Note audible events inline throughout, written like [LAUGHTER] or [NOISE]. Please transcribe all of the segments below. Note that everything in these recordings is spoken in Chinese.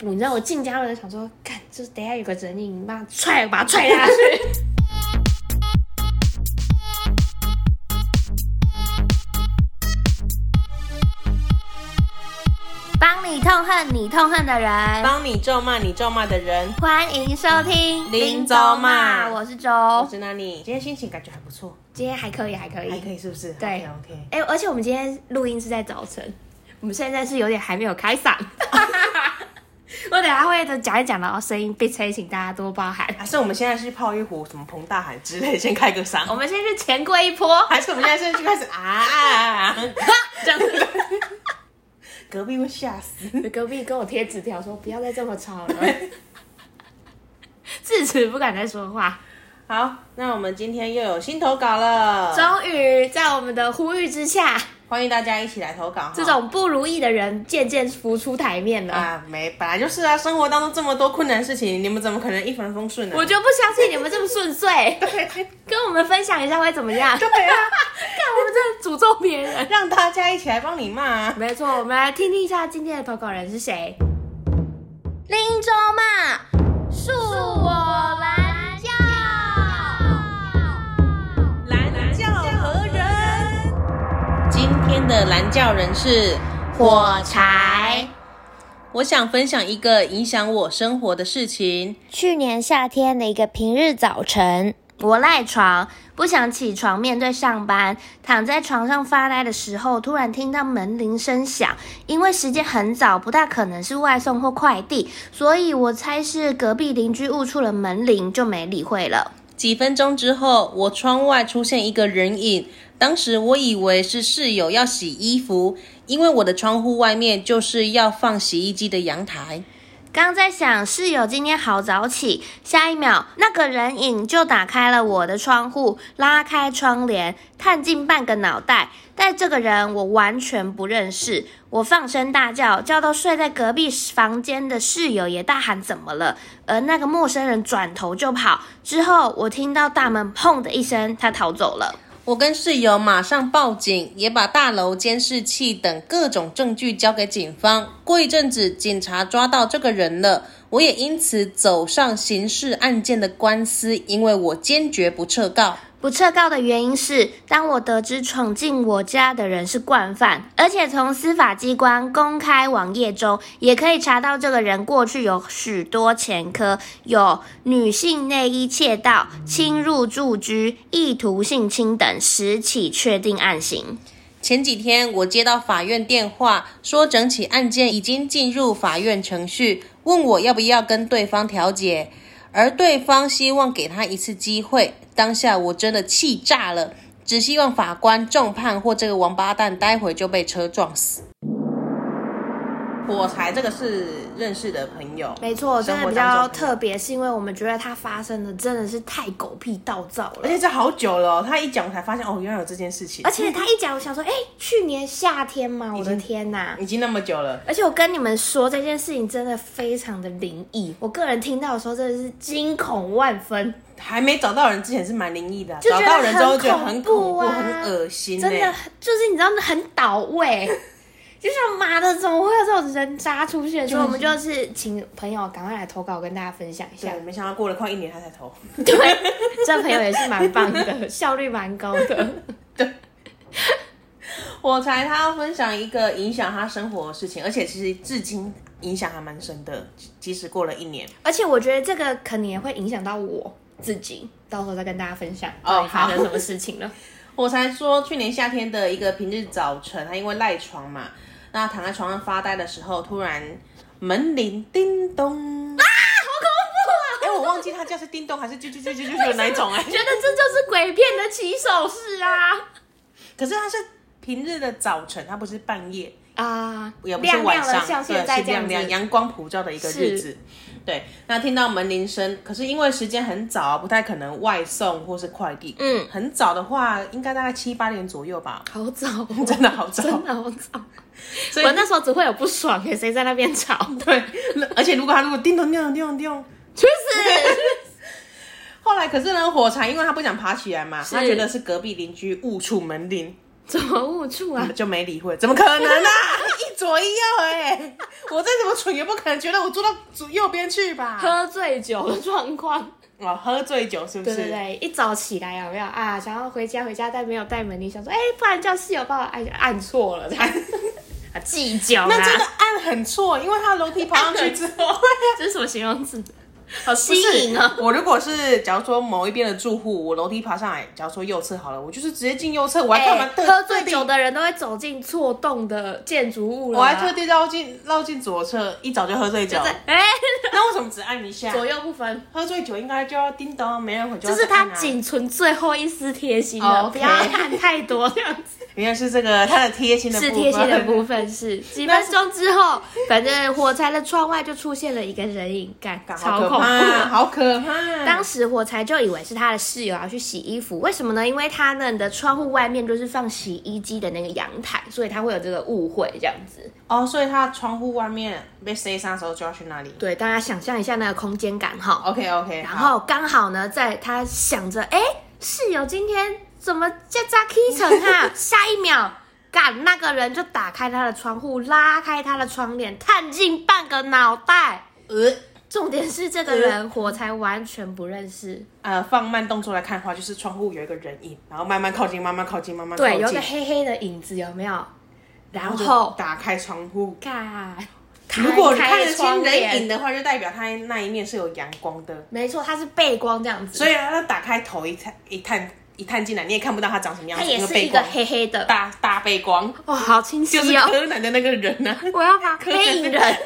步，你知道我进家门想说，看，就是等一下有个人影，你妈踹，把他踹下去。 [LAUGHS] 帮你痛恨你痛恨的人，帮你咒骂你咒骂的人，欢迎收听林州骂我是我周，是 Nani。今天心情感觉还不错，今天还可以，还可以，还可以是不是？哎对 o k 哎、而且我们今天录音是在早晨，我们现在是有点还没有开嗓， [LAUGHS] 我等一下会讲一讲，然后声音被催，请大家多包涵。还是我们现在去泡一壶什么彭大海之类，先开个嗓我。们先去钱柜一波， [LAUGHS] 还是我们现在先去开始啊啊啊啊！这样子。隔壁会吓死。隔壁跟我贴纸条说不要再这么吵 [LAUGHS] 了，自此不敢再说话。好，那我们今天又有新投稿了，终于在我们的呼吁之下，欢迎大家一起来投稿哈。这种不如意的人渐渐浮出台面了。啊，没，本来就是啊，生活当中这么多困难事情，你们怎么可能一帆风顺呢、我就不相信你们这么顺遂，对跟我们分享一下会怎么样？看对啊，我们这诅咒别人。 [LAUGHS] 让大家一起来帮你骂、啊。没错，我们来听听一下今天的投稿人是谁。林州骂恕我蓝教。蓝教何人？今天的蓝教人是火柴。我想分享一个影响我生活的事情。去年夏天的一个平日早晨，我赖床，不想起床面对上班，躺在床上发呆的时候，突然听到门铃声响。因为时间很早，不大可能是外送或快递，所以我猜是隔壁邻居误触了门铃，就没理会了。几分钟之后，我窗外出现一个人影，当时我以为是室友要洗衣服，因为我的窗户外面就是要放洗衣机的阳台。刚在想室友今天好早起，下一秒那个人影就打开了我的窗户，拉开窗帘，探进半个脑袋。但这个人我完全不认识，我放声大叫，叫到睡在隔壁房间的室友也大喊怎么了，而那个陌生人转头就跑。之后我听到大门砰的一声，他逃走了。我跟室友马上报警，也把大楼监视器等各种证据交给警方。过一阵子，警察抓到这个人了，我也因此走上刑事案件的官司，因为我坚决不撤告。不撤告的原因是，当我得知闯进我家的人是惯犯，而且从司法机关公开网页中也可以查到这个人过去有许多前科，有女性内衣窃盗、侵入住居、意图性侵等十起确定案型。前几天我接到法院电话，说整起案件已经进入法院程序，问我要不要跟对方调解，而对方希望给他一次机会。当下我真的气炸了，只希望法官重判或这个王八蛋待会就被车撞死。火柴这个是认识的朋友，没错，真的比较特别，别，是因为我们觉得它发生的真的是太狗屁倒灶而了。且这好久了哦、他一讲我才发现哦，原来有这件事情而，且他一讲，我想说，哎、去年夏天嘛，我的天呐、已经那么久了。而且我跟你们说，这件事情真的非常的灵异。我个人听到的时候，真的是惊恐万分，还没找到人之前是蛮灵异的啊、就觉找得到人之后觉得很很恐恐怖、怖啊很恶心、欸，真的就是你知道很倒 [LAUGHS] 位，就想妈的，怎么会有这种人渣出现？所以我们就是请朋友赶快来投稿，跟大家分享一下对，。没想到过了快一年他才投。对，这朋友也是蛮棒的，效率蛮高的。 [LAUGHS] 我才他要分享一个影响他生活的事情，而且其实至今影响还蛮深的，即即使过了一年。而且我觉得这个可能也会影响到我自己，到时候再跟大家分享哦到底发生好什么事情 [LAUGHS] 了。我才说去年夏天的一个平日早晨，他因为赖床嘛，那躺在床上发呆的时候，突然门铃叮咚啊，好恐怖啊！哎、我忘记他叫是叮咚还是啾啾啾啾啾啾的那一种哎、觉得这就是鬼片的起手式啊！可是他是平日的早晨，他不是半夜。啊，也不是亮晚亮上，的，像对，现在是这样亮子，亮阳光普照的一个日子。对，那听到门铃声，可是因为时间很早啊，不太可能外送或是快递。嗯，很早的话，应该大概七八点左右吧。好早、哦 [LAUGHS] 真的好早，真的好早。所以我那时候只会有不爽耶，谁在那边吵？ [LAUGHS] 对，而且如果他如果叮咚叮咚叮咚叮咚，去死！ [LAUGHS] 后来可是呢，火柴因为他不想爬起来嘛，他是觉得是隔壁邻居误触门铃，怎么误触啊？就没理会，怎么可能啊？ [LAUGHS] 一左一右哎、我再怎么蠢也不可能觉得我坐到左右边去吧？喝醉酒的状况。哦，喝醉酒是不对是？对对，一早起来有没有啊？想要回家回家，但没有带门铃，想说哎、不然叫室友帮我按按错了，这样 [LAUGHS] 啊，计较啦。那这个按很错，因为他楼梯爬上去之后， [LAUGHS] 这是什么形容词？好 [LAUGHS] 不新是颖 [LAUGHS] 啊！我如果是假如说某一边的住户，我楼梯爬上来，假如说右侧好了，我就是直接进右侧，我还干嘛哎特、喝醉酒特地？的人都会走进错洞的建筑物了啊。我还特地绕进绕进左侧，一早就喝醉酒就。在 [LAUGHS] 哎， [LAUGHS] 那为什么只按一下？左右不分，喝醉酒应该就要叮咚，没人回就就要是再按他啊仅存最后一丝贴心了，哦不 OK 要看太多这样子。原来是这个他的贴心的部是分，贴心的部分 [LAUGHS] 是几分钟之后，反正火柴的窗外就出现了一个人影，干超恐好可怖怕，的。好可怕。 [LAUGHS] 当时火柴就以为是他的室友要去洗衣服，为什么呢？因为他们的窗户外面就是放洗衣机的那个阳台，所以他会有这个误会这样子。哦，所以他窗户外面被塞上的时候就要去那里。对，大家想象一下那个空间感哈。 OK OK，然后刚好呢，在他想着，哎，室友今天怎么这扎 K 城 [LAUGHS] 啊？下一秒，干那个人就打开他的窗户，拉开他的窗帘，探进半个脑袋。呃重点是这个人火柴完全不认识，呃，放慢动作来看的话，就是窗户有一个人影，然后慢慢靠近，慢慢靠近，慢慢靠对，近，有个黑黑的影子，有没有？然然后后就打开窗户。 [LAUGHS] 干，如果你开看得清窗人帘影的话，就代表他那一面是有阳光的，没错，它是背光这样子，所以他打开头一探一探一探进来，你也看不到他长什么样他子，也因为是一背个光黑黑的。大大背光，哇，好 [LAUGHS] 清就是晰哦！ [LAUGHS] 柯南的那个人啊。我要把黑影人，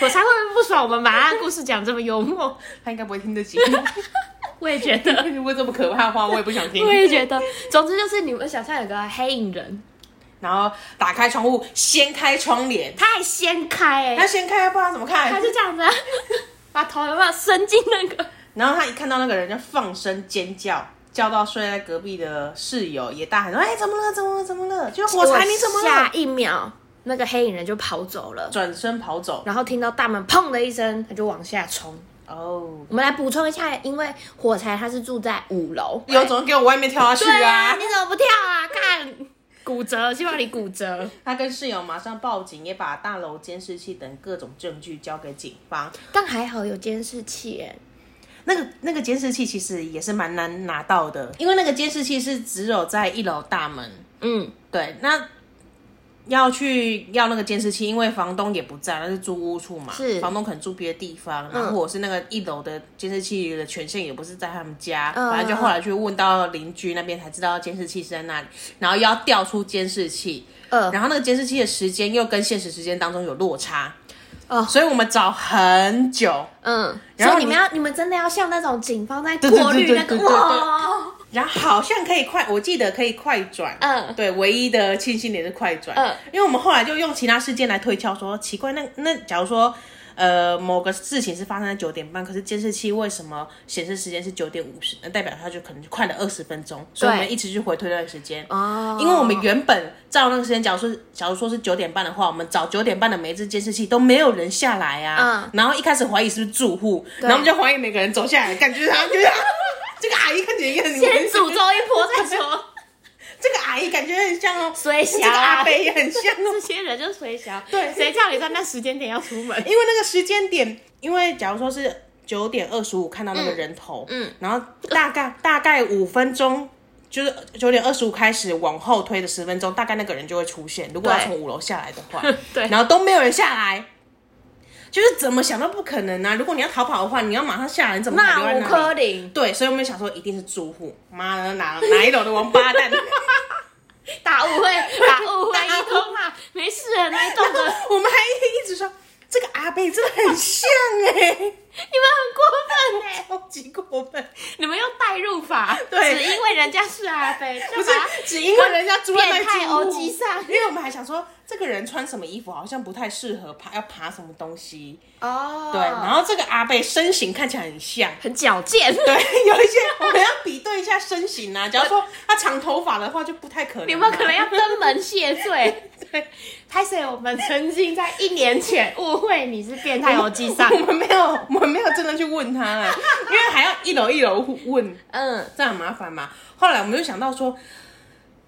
我才会不会不爽我们把他的故事讲这么幽默？ [LAUGHS] 他应该不会听得清， [LAUGHS] 我也觉得， [LAUGHS] 如果这么可怕的话，我也不想 [LAUGHS] 听我。也觉 [LAUGHS] 得。总之就是你们想象有个黑影人，然后打开窗户，掀开窗帘，他还掀开哎、他掀开不知道怎么看他，就这样 [LAUGHS] 子、啊，把头有没有伸进那个？然后他一看到那个人就放声尖叫，叫到睡在隔壁的室友也大喊说：“哎、怎么了？怎么了？怎么了？就火柴，你怎么下了一秒，那个黑影人就跑走了？”。转身跑走。然后听到大门砰的一声，他就往下冲。哦，我们来补充一下，因为火柴他是住在五楼，有种给我外面跳下去对哎啊！啊，你怎么不跳啊？看 [LAUGHS] 骨折，希望你骨折。他跟室友马上报警，也把大楼监视器等各种证据交给警方。但还好有监视器耶，那个那个监视器其实也是蛮难拿到的，因为那个监视器是只有在一楼大门。嗯，对，那要去要那个监视器，因为房东也不在，那是租屋处嘛，是嗯房东可能住别的地方，然后或者是那个一楼的监视器的权限也不是在他们家，嗯反正就后来去问到邻居那边才知道监视器是在那里，然后又要调出监视器，嗯然后那个监视器的时间又跟现实时间当中有落差，哦所以我们找很久，嗯，然后所以你你们要，你们真的要像那种警方在对对过滤对那个对对对哇，然后好像可以快，我记得可以快转。嗯对，唯一的庆幸点是快转。嗯因为我们后来就用其他事件来推敲说，奇怪，那那假如说。呃，某个事情是发生在九点半，可是监视器为什么显示时间是九点五十？那代表它就可能就快了二十分钟，所以我们一直去回推那个时间。哦因为我们原本照那个时间，假如说假如说是九点半的话，我们找九点半的每一只监视器都没有人下来啊。嗯然后一开始怀疑是不是住户，然后我们就怀疑每个人走下来，感觉他觉得这个阿姨看起来也很先诅咒一波再 [LAUGHS] 说。这个阿姨感觉很像哦，随小这个阿啊，北也很像哦。这些人就随小，对谁叫你在那时间点要出门？因为那个时间点，因为假如说是九点二十五看到那个人头，嗯，然后大概大概五分钟，就是九点二十五开始往后推的十分钟，大概那个人就会出现。如果要对从五楼下来的话，对然后都没有人下来。就是怎么想都不可能啊！如果你要逃跑的话，你要马上下来，你怎么可能那留五在那颗里？零，对，所以我们想说一定是住户，妈的哪哪一楼的王八蛋！打误会，打误会一通啊，没事的那一 [LAUGHS] 栋的， [LAUGHS] 我们还一直说这个阿贝真的很像哎、 [LAUGHS] 你们很过分哎、超级过分，你们用代入法，对只因为人家是阿飞，不就是把只因为人家住在那变态住欧户吉桑因为我们还想说这个人穿什么衣服好像不太适合爬，要爬什么东西，哦，对，然后这个阿贝身形看起来很像。 [LAUGHS] 很矫健。对，有一些我们要比对一下身形啊。假如说他长头发的话，就不太可能啊。你们可能要登门谢罪。对，拍谁？我们曾经在一年前误会你是变态我游 [LAUGHS] 们记上， [LAUGHS] 我们没有，我们没有真的去问他啦，因为 [LAUGHS] 还要一楼一楼问。嗯，这样很麻烦嘛。后来我们就想到说，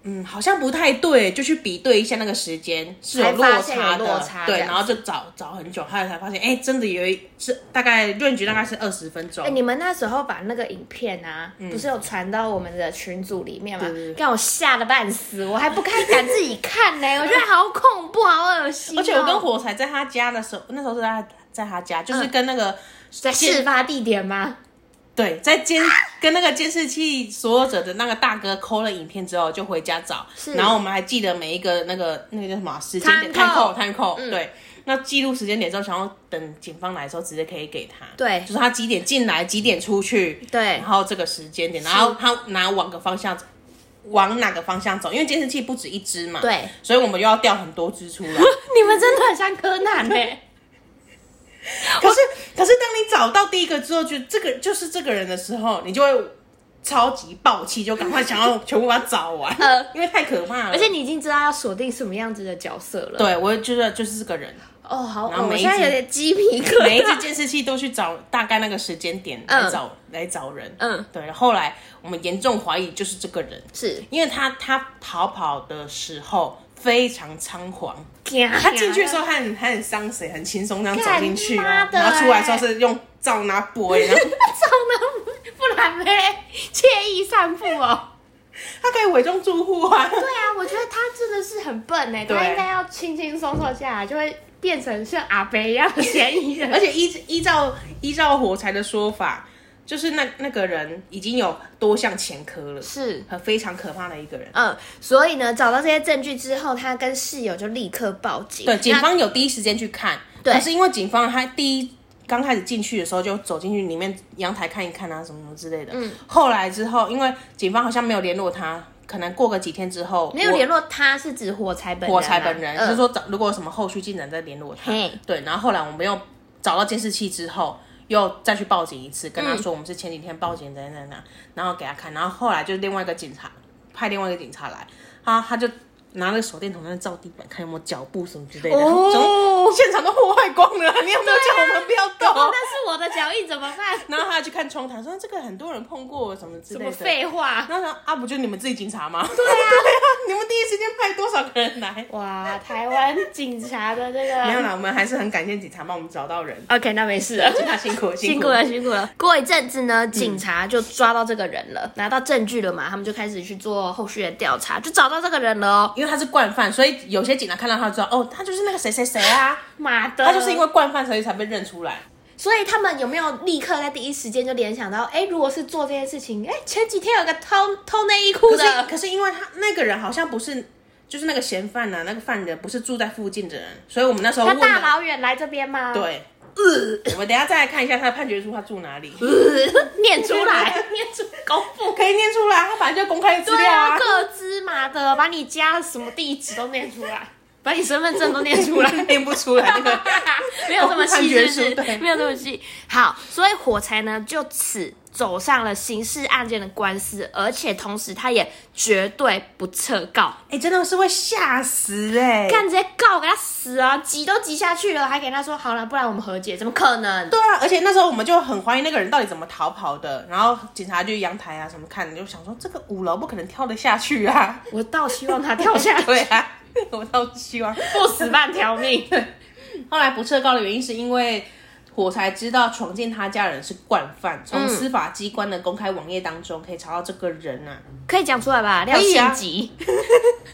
嗯，好像不太对，就去比对一下那个时间是有落才发现差有的，落差对，这样然子后就找找很久，后来才发现，哎、真的有一是大概润局大概是二十分钟，哎、你们那时候把那个影片啊，嗯不是有传到我们的群组里面吗对对对？让我吓得半死，我还不敢敢自己看呢、我觉得好恐怖，好恶心哦、而且我跟火柴在他家的时候，那时候是在他在他家，嗯就是跟那个、在事发地点吗？对在监、跟那个监视器所有者的那个大哥抠了影片之后，就回家找，然后我们还记得每一个那个那个叫什么啊时间点探探扣扣探扣，嗯对。那记录时间点之后，想要等警方来的时候，直接可以给他。对就是他几点进来，几点出去。对然后这个时间点，然后他拿往个方向走，往哪个方向走？因为监视器不止一只嘛。。对，所以我们又要调很多只出来。 [LAUGHS] 你们真的很像柯南欸呢、 [LAUGHS] 可是，可是当你找到第一个之后，就这个就是这个人的时候，你就会超级暴气，就赶快想要全部把他找 [LAUGHS] 完，呃因为太可怕了。而且你已经知道要锁定什么样子的角色了。对我觉得就是这 [LAUGHS] 个人，哦，好然后恶，我每一现在集有点鸡皮疙瘩。每一次监视器都去找大概那个时间点来嗯找、来找人。嗯，对。后来我们严重怀疑就是这个人，是，因为他他逃跑的时候非常仓皇，他 [LAUGHS] 他进去的时候，他很他很伤谁，很轻松这样干走进去哦、妈的然后出来的时候是用照拿 [LAUGHS] 波，然后冲了，不然呢？惬意散步哦。他可以伪装住户啊。对啊，我觉得他真的是很笨呢，对他应该要轻轻松松下来，就会变成像阿北一样的嫌疑人。而且依依照依照火柴的说法，就是那那个人已经有多项前科 [LAUGHS] 了，是，很非常可怕的一个人。嗯，所以呢，找到这些证据之后，他跟室友就立刻报警。对，警那方有第一时间去看，对可是因为警方他第一刚开始进去的时候就走进去里面阳台看一看啊，什么什么之类的。嗯，后来之后，因为警方好像没有联络他，可能过个几天之后没有联络。络他是指火柴本人吗，火柴本人，就是嗯说找如果有什么后续进展再联络他嘿。对，然后后来我们又找到监视器之后，又再去报警一次，嗯跟他说我们是前几天报警在那那，然后给他看，然后后来就是另外一个警察派另外一个警察来，他他就拿那个手电筒在那照地板，看有没有脚步什么之类的，哦总现场都破坏光了，你有没有叫我们不要搞不好动？哦那是我的脚印怎么 [LAUGHS] 办？然后他去看窗台，说这个很多人碰过什么之什类么的。废话？然后说啊，不就你们自己警察吗？ [LAUGHS] 对啊，对啊，你们第一时间派多少个人来？哇，啊台湾警察的这没有个。啦，我们还是很感谢警察帮我们找到人， OK，那没事了。警察辛 [LAUGHS] 苦辛苦苦了，嗯辛苦了。过一阵子呢，警察就抓到这个人了，拿到证据了嘛，他们就开始去做后续的调查，就找到这个人了 [LAUGHS] 哦。因为他是惯犯，所以有些警察看到他就知道，哦，他就是那个谁谁谁啊，妈的，他就是因为惯犯，所以才被认出来。所以他们有没有立刻在第一时间就联想到，哎，如果是做这件事情，哎，前几天有个偷偷内衣裤可是的，可是因为他那个人好像不是，就是那个嫌犯呐、啊，那个犯人不是住在附近的人，所以我们那时候他问大呃了，老远来这边吗？，对，我们等一下再来看一下他的判决书，他住哪里，念出 [LAUGHS] 来，念出公布。可以念出来，他反正就公开的资对料啊，各自嘛的，把你家什么地址都念出来，把你身份证都念出来。念不出来那个。 [LAUGHS] 没有这哦么细，是公布判决书不对是？没有这么细。好，所以火柴呢，就此走上了刑事案件的官司，而且同时他也绝对不撤告，哎、真的是会吓死哎、干直接告给他死啊，急都急下去了，还给他说好了，不然我们和解，怎么可能？对啊，而且那时候我们就很怀疑那个人到底怎么逃跑的，然后警察就阳台啊什么看，就想说这个五楼不可能跳得下 [LAUGHS] 去啊。我倒希望他跳下对去，啊， [LAUGHS] 我倒希望。不死半 [LAUGHS] 条命。后来不撤告的原因是因为火柴知道闯进他家人是惯犯，嗯从司法机关的公开网页当中可以查到这个人啊。可以讲出来吧？廖可以啊信吉、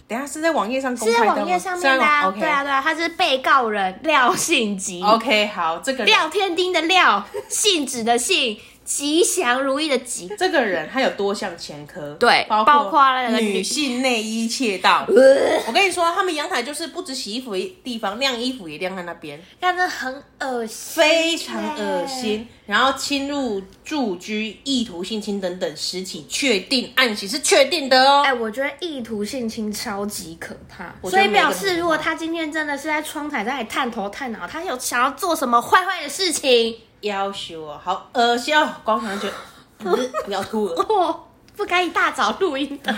等一下是在网页上公是开在的吗网页上面的、啊，是对在啊网对啊，他是被告人廖信吉。 OK OK 好，这个人廖天丁的廖，信纸的信，吉祥如意的吉，这个人他有多项前科，对包包括那个女女呃性内衣窃盗。我跟你说，他们阳台就是不止洗衣服的地方，晾衣服也晾在那边，但是很恶心，非常恶心。然后侵入住居、意图性侵等等十起，确定案情是确定的哦。哎、我觉得意图性侵超级可怕，我觉所得以每个表人都示如果他今天真的是在窗台在那里探头探脑，他有想要做什么坏坏的事情，要求哦，好恶心哦，光想就 [LAUGHS] 觉得嗯不要吐了，哦，不该一大早录音的，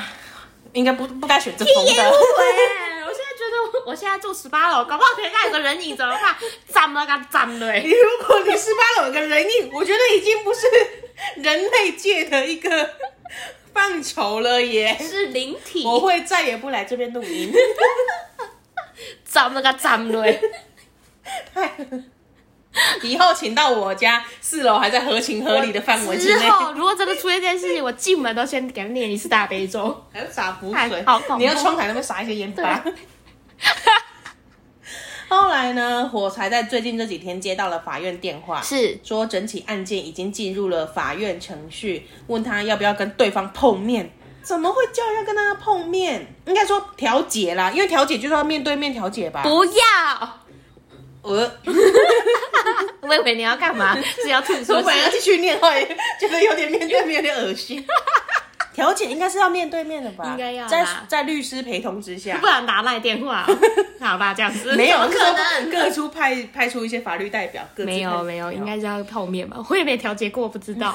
应该不不该选这风对，的。我现在觉得我现在住十八楼，搞不好可以看有个人影，怎么办？斩了，给他斩了、 [LAUGHS] 欸如果你十八楼有个人影，我觉得已经不是人类界的一个放愁了耶，是灵体，我会再也不来这边录音。 [LAUGHS] 怎么个怎么嘞？以后请到我家四楼，还在合情合理的范围之之 [LAUGHS] [LAUGHS] 内。后如果真的出现这件事情，我进门都先给他念一次大悲咒。还要洒浮哎水，好恐怖 [LAUGHS] 你要窗台那边撒一些烟巴 [LAUGHS] 对。后来呢，我才在最近这几天接到了法院电话，是说整起案件已经进入了法院程序，问他要不要跟对方碰面。怎么会叫人家跟他碰面？应该说调解啦，因为调解就是要面对面调解吧。不要，呃，我以为你要干嘛？是要吐出我来本来要继续念，后来觉得有点面对面有点 [LAUGHS] 恶心。调解应该是要面对面的吧？应该要啦在在律师陪同之下不。然打赖电 [LAUGHS] 话、好吧，这样子没有，怎么可能。各出派派出一些法律代表，各自没派有没有，应该是要泡面吧？我也没调节过，不知 [LAUGHS] 道。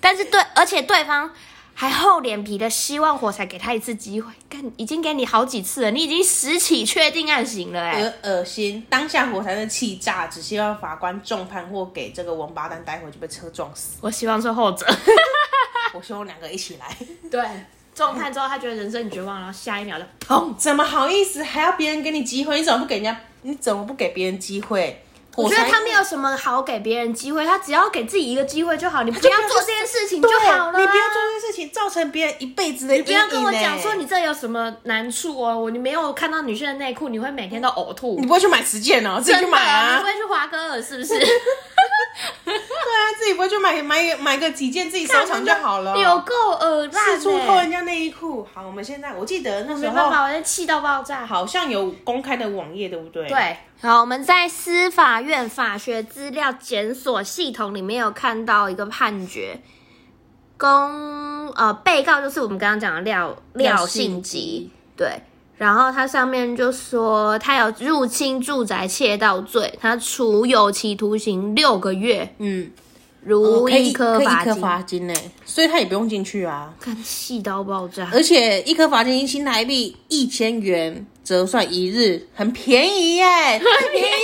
但是对，而且对方还厚脸皮的希望我才给他一次机会，干已经给你好几次了，你已经十起确定案型了、呃哎、恶恶心。当下火柴人气炸，只希望法官重判或给这个王八蛋待会就被车撞死。我希望是后者。我希望两个一起来，对，重判之后，他觉得人生很绝望，然后下一秒就砰。怎么好意思还要别人给你机会？你怎么不给人家？你怎么不给别人机会？我我觉得他没有什么好给别人机会，他只要给自己一个机会就好，你不就要不要做去这件事情就对，好了啊。你不要做这件事情，造成别人一辈子的阴影欸不呢。要跟我讲说你这有什么难处哦，我你没有看到女性的内裤，你会每天都呕吐你。不会去买十件哦，自己去真的买啊，你啊不。会去华歌尔是 [LAUGHS] 不是？对啊，自己不会去买买个买个几件自己收藏就好了。有够恶烂啊四处偷人的，家内衣裤。好，我们现在我记得那没时办候法，我在气到爆炸。好像有公开的网页，对不对？。对，好，我们在司法院法学资料检索系统里面有看到一个判决，公呃被告就是我们刚刚讲的廖廖廖信信吉吉，对。然后它上面就说他有入侵住宅窃盗罪，他处有期徒刑六个月，嗯，如一颗可以罚一颗金。罚金呢，所以他也不用进去啊。看气到爆炸，而且一颗罚金新台币一千元，折算一日，很便宜耶，太便宜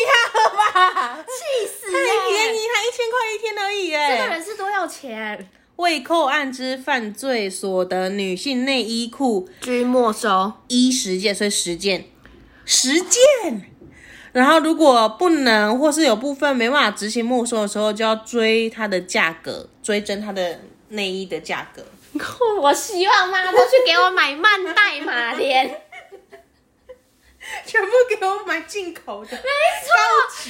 他 [LAUGHS] 了吧？气死太人！便宜，他一千块一天而已这个耶。人是多有钱？未扣案之犯罪所得女性内衣裤居没收。一十件，所以十件，十件。然后如果不能或是有部分没办法执行没收的时候，就要追它的价格，追征它的内衣的价格。 [LAUGHS] 我希望妈都去给我买曼黛玛莲，全部给我买进口 [LAUGHS] 的，没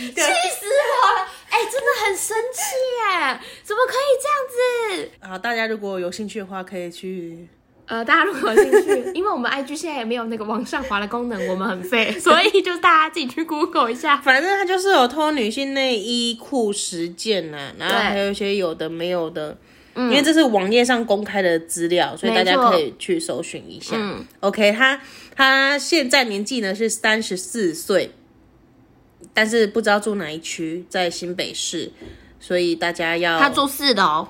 级错，的气死我了！哎、真的很生气耶，怎么可以这样子？啊！大家如果有兴趣的话，可以去呃，大家如果有兴趣，因为我们 IG 现在也没有那个往上滑的功能，我们很废，所以就大家自己去 Google 一下。反正他就是有偷女性内衣裤十件呐、然后对还有一些有的没有的，嗯因为这是网页上公开的资料，所以大家没错可以去搜寻一下。OK，他嗯他现在年纪呢是三十四岁，但是不知道住哪一区，在新北市，所以大家要他住四楼，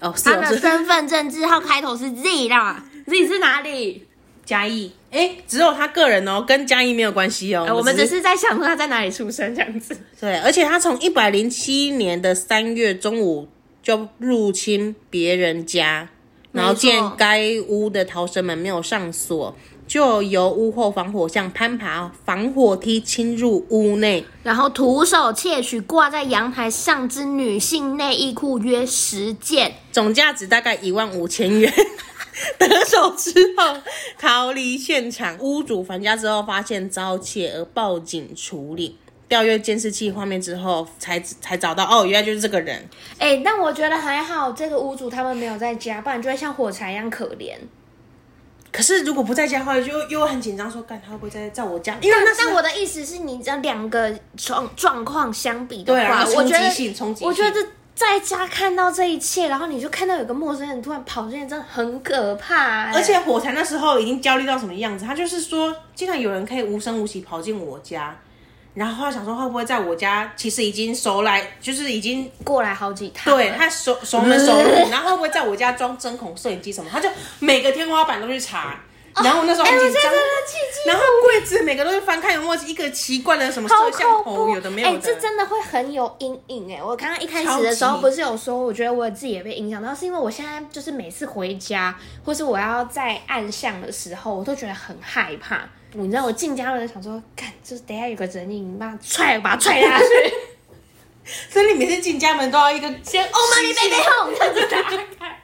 哦，四他楼的是身份证字号开头是 Z 啦。你是哪里？嘉义，哎、只有他个人哦，跟嘉义没有关系哦，呃我们只是是在想说他在哪里出生这样子。对，而且他从一百零七年的三月中午就入侵别人家，然后没见错该屋的逃生门没有上锁，就由屋后防火巷攀爬防火梯侵入屋内。然后徒手窃取挂在阳台上之女性内衣裤约十件，总价值大概一万五千元。 [LAUGHS] 得手之后逃离现场，屋主返家之后发现遭窃而报警处理。调阅监视器画面之后，才才找到哦，原来就是这个人。 [LAUGHS] 哎、但我觉得还好，这个屋主他们没有在家，不然就会像火柴一样可怜。可是如果不在家的话，就又很紧张，说干他会不会在在我家？因为但那时但我的意思是你这两个状状况相比的对话，，啊我冲觉击得性，冲击性，我觉得在家看到这一切，然后你就看到有个陌生人突然跑进来，真的很可怕、哎而且火柴那时候已经焦虑到什么样子？他就是说，竟然有人可以无声无息跑进我家，然后他想说会不会在我家，其实已经熟来，就是已经过来好几趟，对，哎他熟 [LAUGHS] 熟门熟路，然后会不会在我家装针孔摄影机什么？他就每个天花板都去查，哦然后我那哎时候很紧张，契机然后柜子每个都会翻开，有没有一个奇怪的什么摄像好恐头，怖！哎有的没有的。这真的会很有阴影哎、我刚刚一开始的时超候级不是有说，我觉得我自己也被影响到，是因为我现在就是每次回家，或是我要在暗巷的时候，我都觉得很害怕。你知道，我进家门就想说，看，就是等一下有个人影，你把他踹，把他踹 [LAUGHS] 下去，所以你每次进家门都要一个先 Oh my [LAUGHS] baby home 这样子打开。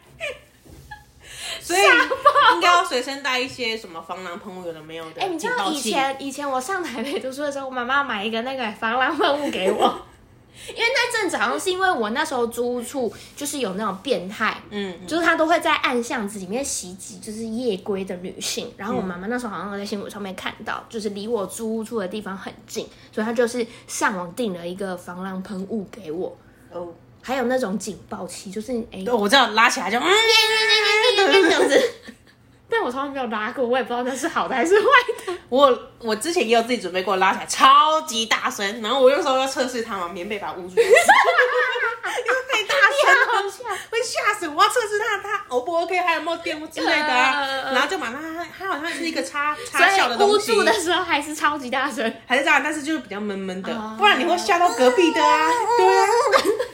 所以应该要随身带一些什么防狼喷雾，有的没有的。哎、你知警道报以器前以前我上台北读书的时候，我妈妈买一个那个防狼喷雾哎给我，因为那阵子好像是因为我那时候租屋处就是有那种变态，嗯，就是他都会在暗巷子里面袭击，就是夜归的女性。然嗯后我妈妈那时候好像有在新闻上面看到，就是离我租屋住的地方很近，所以她就是上网订了一个防狼喷雾给我，哦，还有那种警报器，就是哎，对哦我知道，拉 [LAUGHS] 起来就嗯，这样子。但我从来没有拉过，我也不知道那是好的还是坏的。我我之前也有自己准备过，拉起来超级大声，然后我有时候要测试它嘛，棉被把它捂住，因 [LAUGHS] 为太大声了，会吓死我，我要测试它它 O 不 OK，还有没有电之类的啊、嗯嗯嗯然后就把它它好像是一个插插销的所以捂东西，住的时候还是超级大声。还是这样，但是就是比较闷闷的，哦不然你会吓到隔壁的啊，对 [LAUGHS] 啊，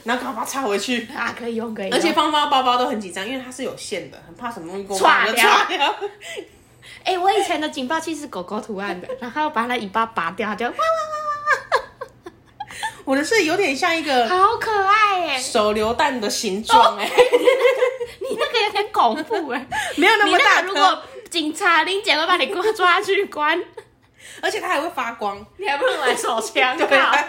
然后赶快把它插回去。啊，可以用，可以用。而且芳芳包包都很紧张，因为它是有线的，很怕什么东西给我歘就掉歘掉。 [LAUGHS] 哎、我以前的警报器是狗狗图案的，然后把它的尾巴拔掉，它就哇我的是有点像一个好可爱耶、手榴弹的形哦状、哎、你那个有点恐怖哎、没有那你么那大个如颗，果警察林姐会把你抓抓去关，而且它还会发光，你还不能玩手枪，对、 [LAUGHS] 靠啊。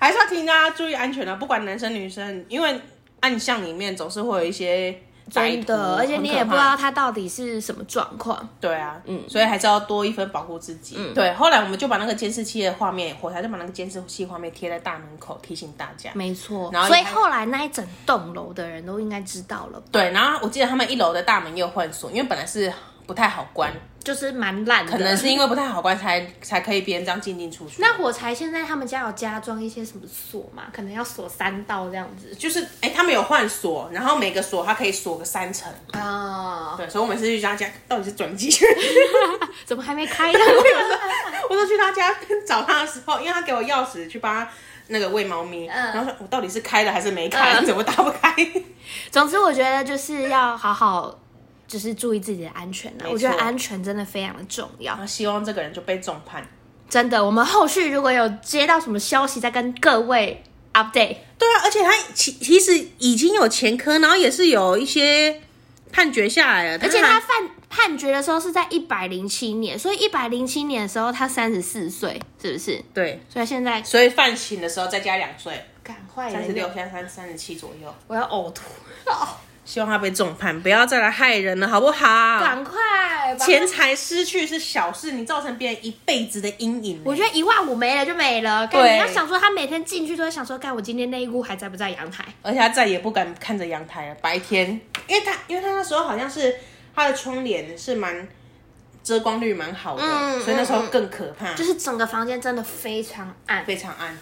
还是要提醒大家注意安全啊，不管男生女生，因为暗巷里面总是会有一些歹 [LAUGHS] 真徒的，而且你也很不可知怕道他到底是什么状况。对啊，嗯，所以还是要多一分保护自己。嗯对，后来我们就把那个监视器的画面，火柴就把那个监视器画面贴在大门口，提醒大家。没错然，后所以你还后来那一整栋楼的人都应该知道了，对，然后我记得他们一楼的大门又换锁，因为本来是不太好关，就是蛮烂的。可能是因为不太好关才才可以别人这样进进出出。那火柴现在他们家有加装一些什么锁嘛？可能要锁三道这样子就是哎、他们有换锁，然后每个锁它可以锁个三层。啊、对，所以我每次去他家到底是转机，怎么还没开呢？ [LAUGHS] 我都去他家找他的时候，因为他给我钥匙去帮他那个喂猫咪，嗯然后说我到底是开了还是没开，嗯怎么打不开？ [LAUGHS] 总之，我觉得就是要好好，就是注意自己的安全啊。错我觉得安全真的非常的重要然，后啊希望这个人就被重判。真的。我们后续如果有接到什么消息，再跟各位 update。对啊，而且他其其实已经有前科，然后也是有一些判决下来了，而且他还犯判决的时候是在一百零七年，所以一百零七年的时候他三十四岁，是不是？对，所以现在所以犯刑的时候再加两岁， [LAUGHS] 赶快三十六，，现在三三十七左右，我要呕 [LAUGHS] 吐，希望他被重判，不要再来害人了，好不好？赶快把钱。财失去是小事，你造成别人一辈子的阴影。欸我觉得一万五没了就没了，干对你要想说他每天进去都会想说，干我今天内衣裤还在不在阳台？而且他再也不敢看着阳台了。白天，因为他因为他那时候好像是他的窗帘是蛮遮光率蛮好的，嗯所以那时候更可怕，就是是整个房间真的非常暗，非常暗。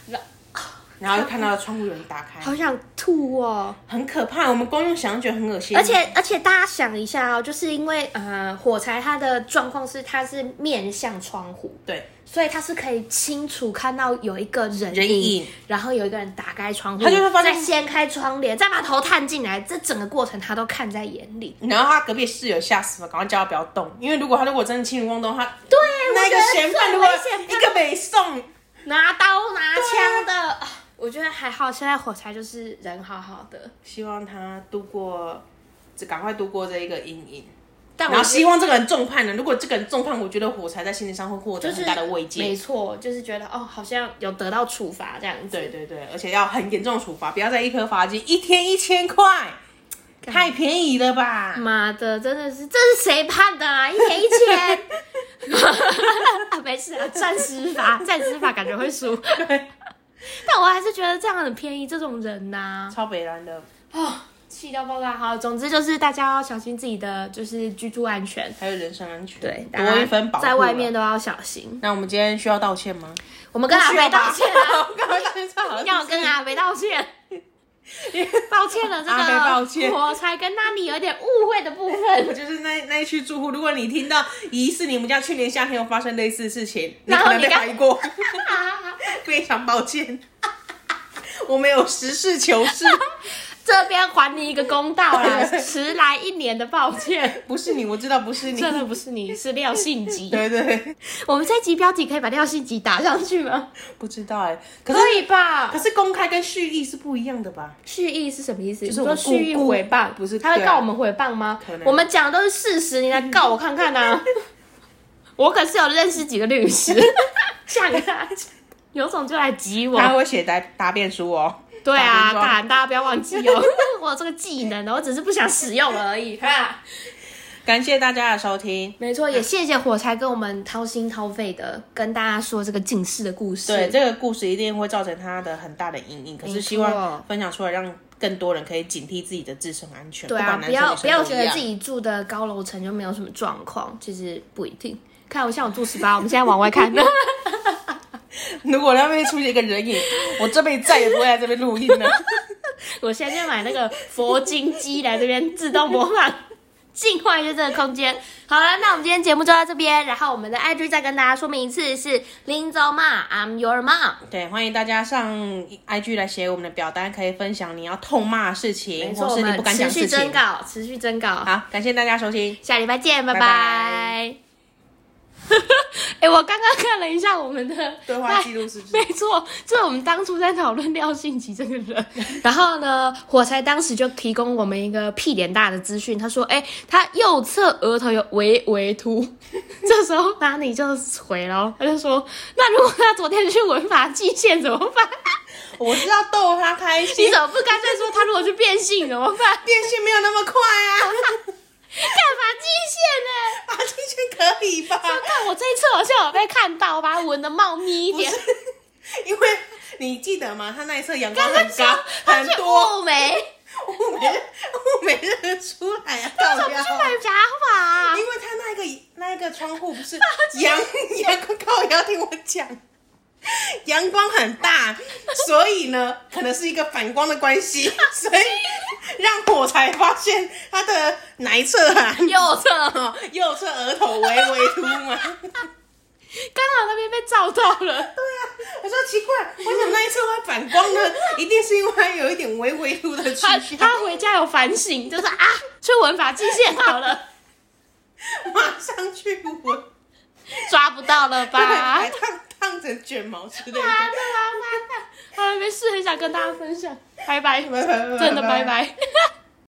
然后就看到窗户有人打开，好想吐哦！很可怕。我们光用想就觉得很恶心，而且而且大家想一下哦，就是因为呃火柴它的状况是它是面向窗户，对所以它是可以清楚看到有一个人人影然后有一个人打开窗户，他就会发现再掀开窗帘，再把头探进来，这整个过程他都看在眼里。然后他隔壁室友吓死了，赶快叫他不要动，因为如果他如果真的轻举妄动，他对，那我觉个得嫌犯最如果危险一个没送，拿刀拿枪的。啊我觉得还好，现在火柴就是人好好的，希望他度过，只赶快度过这一个阴影。但然我后希希望望这个人重判了，如果这个人重判，我觉得火柴在心理上会获得就是很大的慰藉。没错，就是觉得哦，好像有得到处罚这样子。对对对，而且要很严重的处罚，不要再一颗罚金，一天一千块，太便宜了吧？妈的，真的是，这是谁判的啊？一天一千。 [LAUGHS] 啊，没事啊，暂时法，暂时法感觉会 [LAUGHS] 输。但我还是觉得这样很便宜，这种人呐、超北蓝的，哦，气到爆炸。好，总之就是大家要小心自己的就是居住安全，还有人身安全，对，大多一分家保护。在外面。都要小心。那我们今天需要道歉吗？我们跟阿不需要肥吧 [LAUGHS] 道歉啊我们跟阿飞道歉好了，要跟阿肥道歉。 [LAUGHS] 抱歉了，这阿个飞抱歉我才跟那里有点误会的部 [LAUGHS] 分。就是那那一区住户，如果你听到疑似你们家去年夏天有发生类似的事情，你然可后能你被刚怀疑过， [LAUGHS] 非常抱歉。 [LAUGHS] 我们有实事求是，这边还你一个公道啦，迟来一年的抱歉。不是你，我知道不是你。真的不是你，是廖信吉。对对，我们这集标题可以把廖信吉打上去吗？不知道哎、可可是以吧可？是公开跟蓄意是不一样的吧？蓄意是什么意思？就是我们说蓄意故诽谤，不是他会对啊告我们诽谤吗可？能我们讲的都是事实，你来告我看看 [LAUGHS] 呐、我可是有认识几个律师，像他有种就来挤我。他还会写答答辩书哦。对啊，打电话干大家不要忘记哦， [LAUGHS] 我有这个技能哦的，我只是不想使用而 [LAUGHS] 已。哈，感谢大家的收听。没错，也谢谢火柴跟我们掏心掏肺的跟大家说这个近视的故事。啊对，这个故事一定会造成他的很大的阴影，可没是错希望分享出来，让更多人可以警惕自己的自身安全。对不啊，管不男生要女生不要都觉一得样自己住的高楼层就没有什么状况，其实不一定。看我像我住十八，我们现在往外 [LAUGHS] 看，如果那边出现一个人 [LAUGHS] 影，我这辈子再也不会在这边录音了。我现在就买那个佛经机来这边自动播放，净 [LAUGHS] 化一下这个空间。好了，那我们今天节目就到这边，然后我们的 IG 再跟大家说明一次是林州嘛，I'm your mom。 [LAUGHS] 对，欢迎大家上 IG 来写我们的表单，可以分享你要痛骂的事情，没错，或我是你们不敢讲持续的事征情。稿，持续征稿。好，感谢大家收听，下礼拜见，拜拜拜拜。哎、我刚刚看了一下我们的对话记录是不是没错，这是我们当初在讨论廖信吉这个 [LAUGHS] 人。然后呢，火柴当时就提供我们一个屁脸大的资讯，他说：“哎、他右侧额头有微微 [LAUGHS] 凸。”这时候哪里就回了，他就说：“那如果他昨天去文法季线怎么办？我是要逗他开心你，怎么不干脆说他如果去变性怎么办？变性没有那么快 [LAUGHS] 啊，干法季线呢、拔进去可以吧？看我这一次好像有被看到，我把它闻的茂密一点，因为你记得吗？他那一侧阳光他很高，很去多，雾眉，雾没雾没认得出来啊，到怎底么要去买假发、 [LAUGHS] 啊因？为他那个那个窗户不是 [LAUGHS] 阳阳光，靠，要听我讲， [LAUGHS] 阳光很 [LAUGHS] 大，所以呢，可能是一个反光的关系，所以让火柴发现他的哪一侧啊， [LAUGHS] 右侧，刚好哦右侧额头微微凸嘛。那边被照到了。我说奇怪，为什么那一侧会反光呢？ [LAUGHS] 一定是因为它有一点微微凸的趋他向。他回家有反省，就是啊，去文法季线好了， [LAUGHS] 马上去闻，抓不到了 [LAUGHS] 吧？还烫烫成卷毛之类的。 [LAUGHS] 啊，对啊，妈的，啊，没事，很想跟大家分享，拜拜，拜拜拜拜真的拜拜。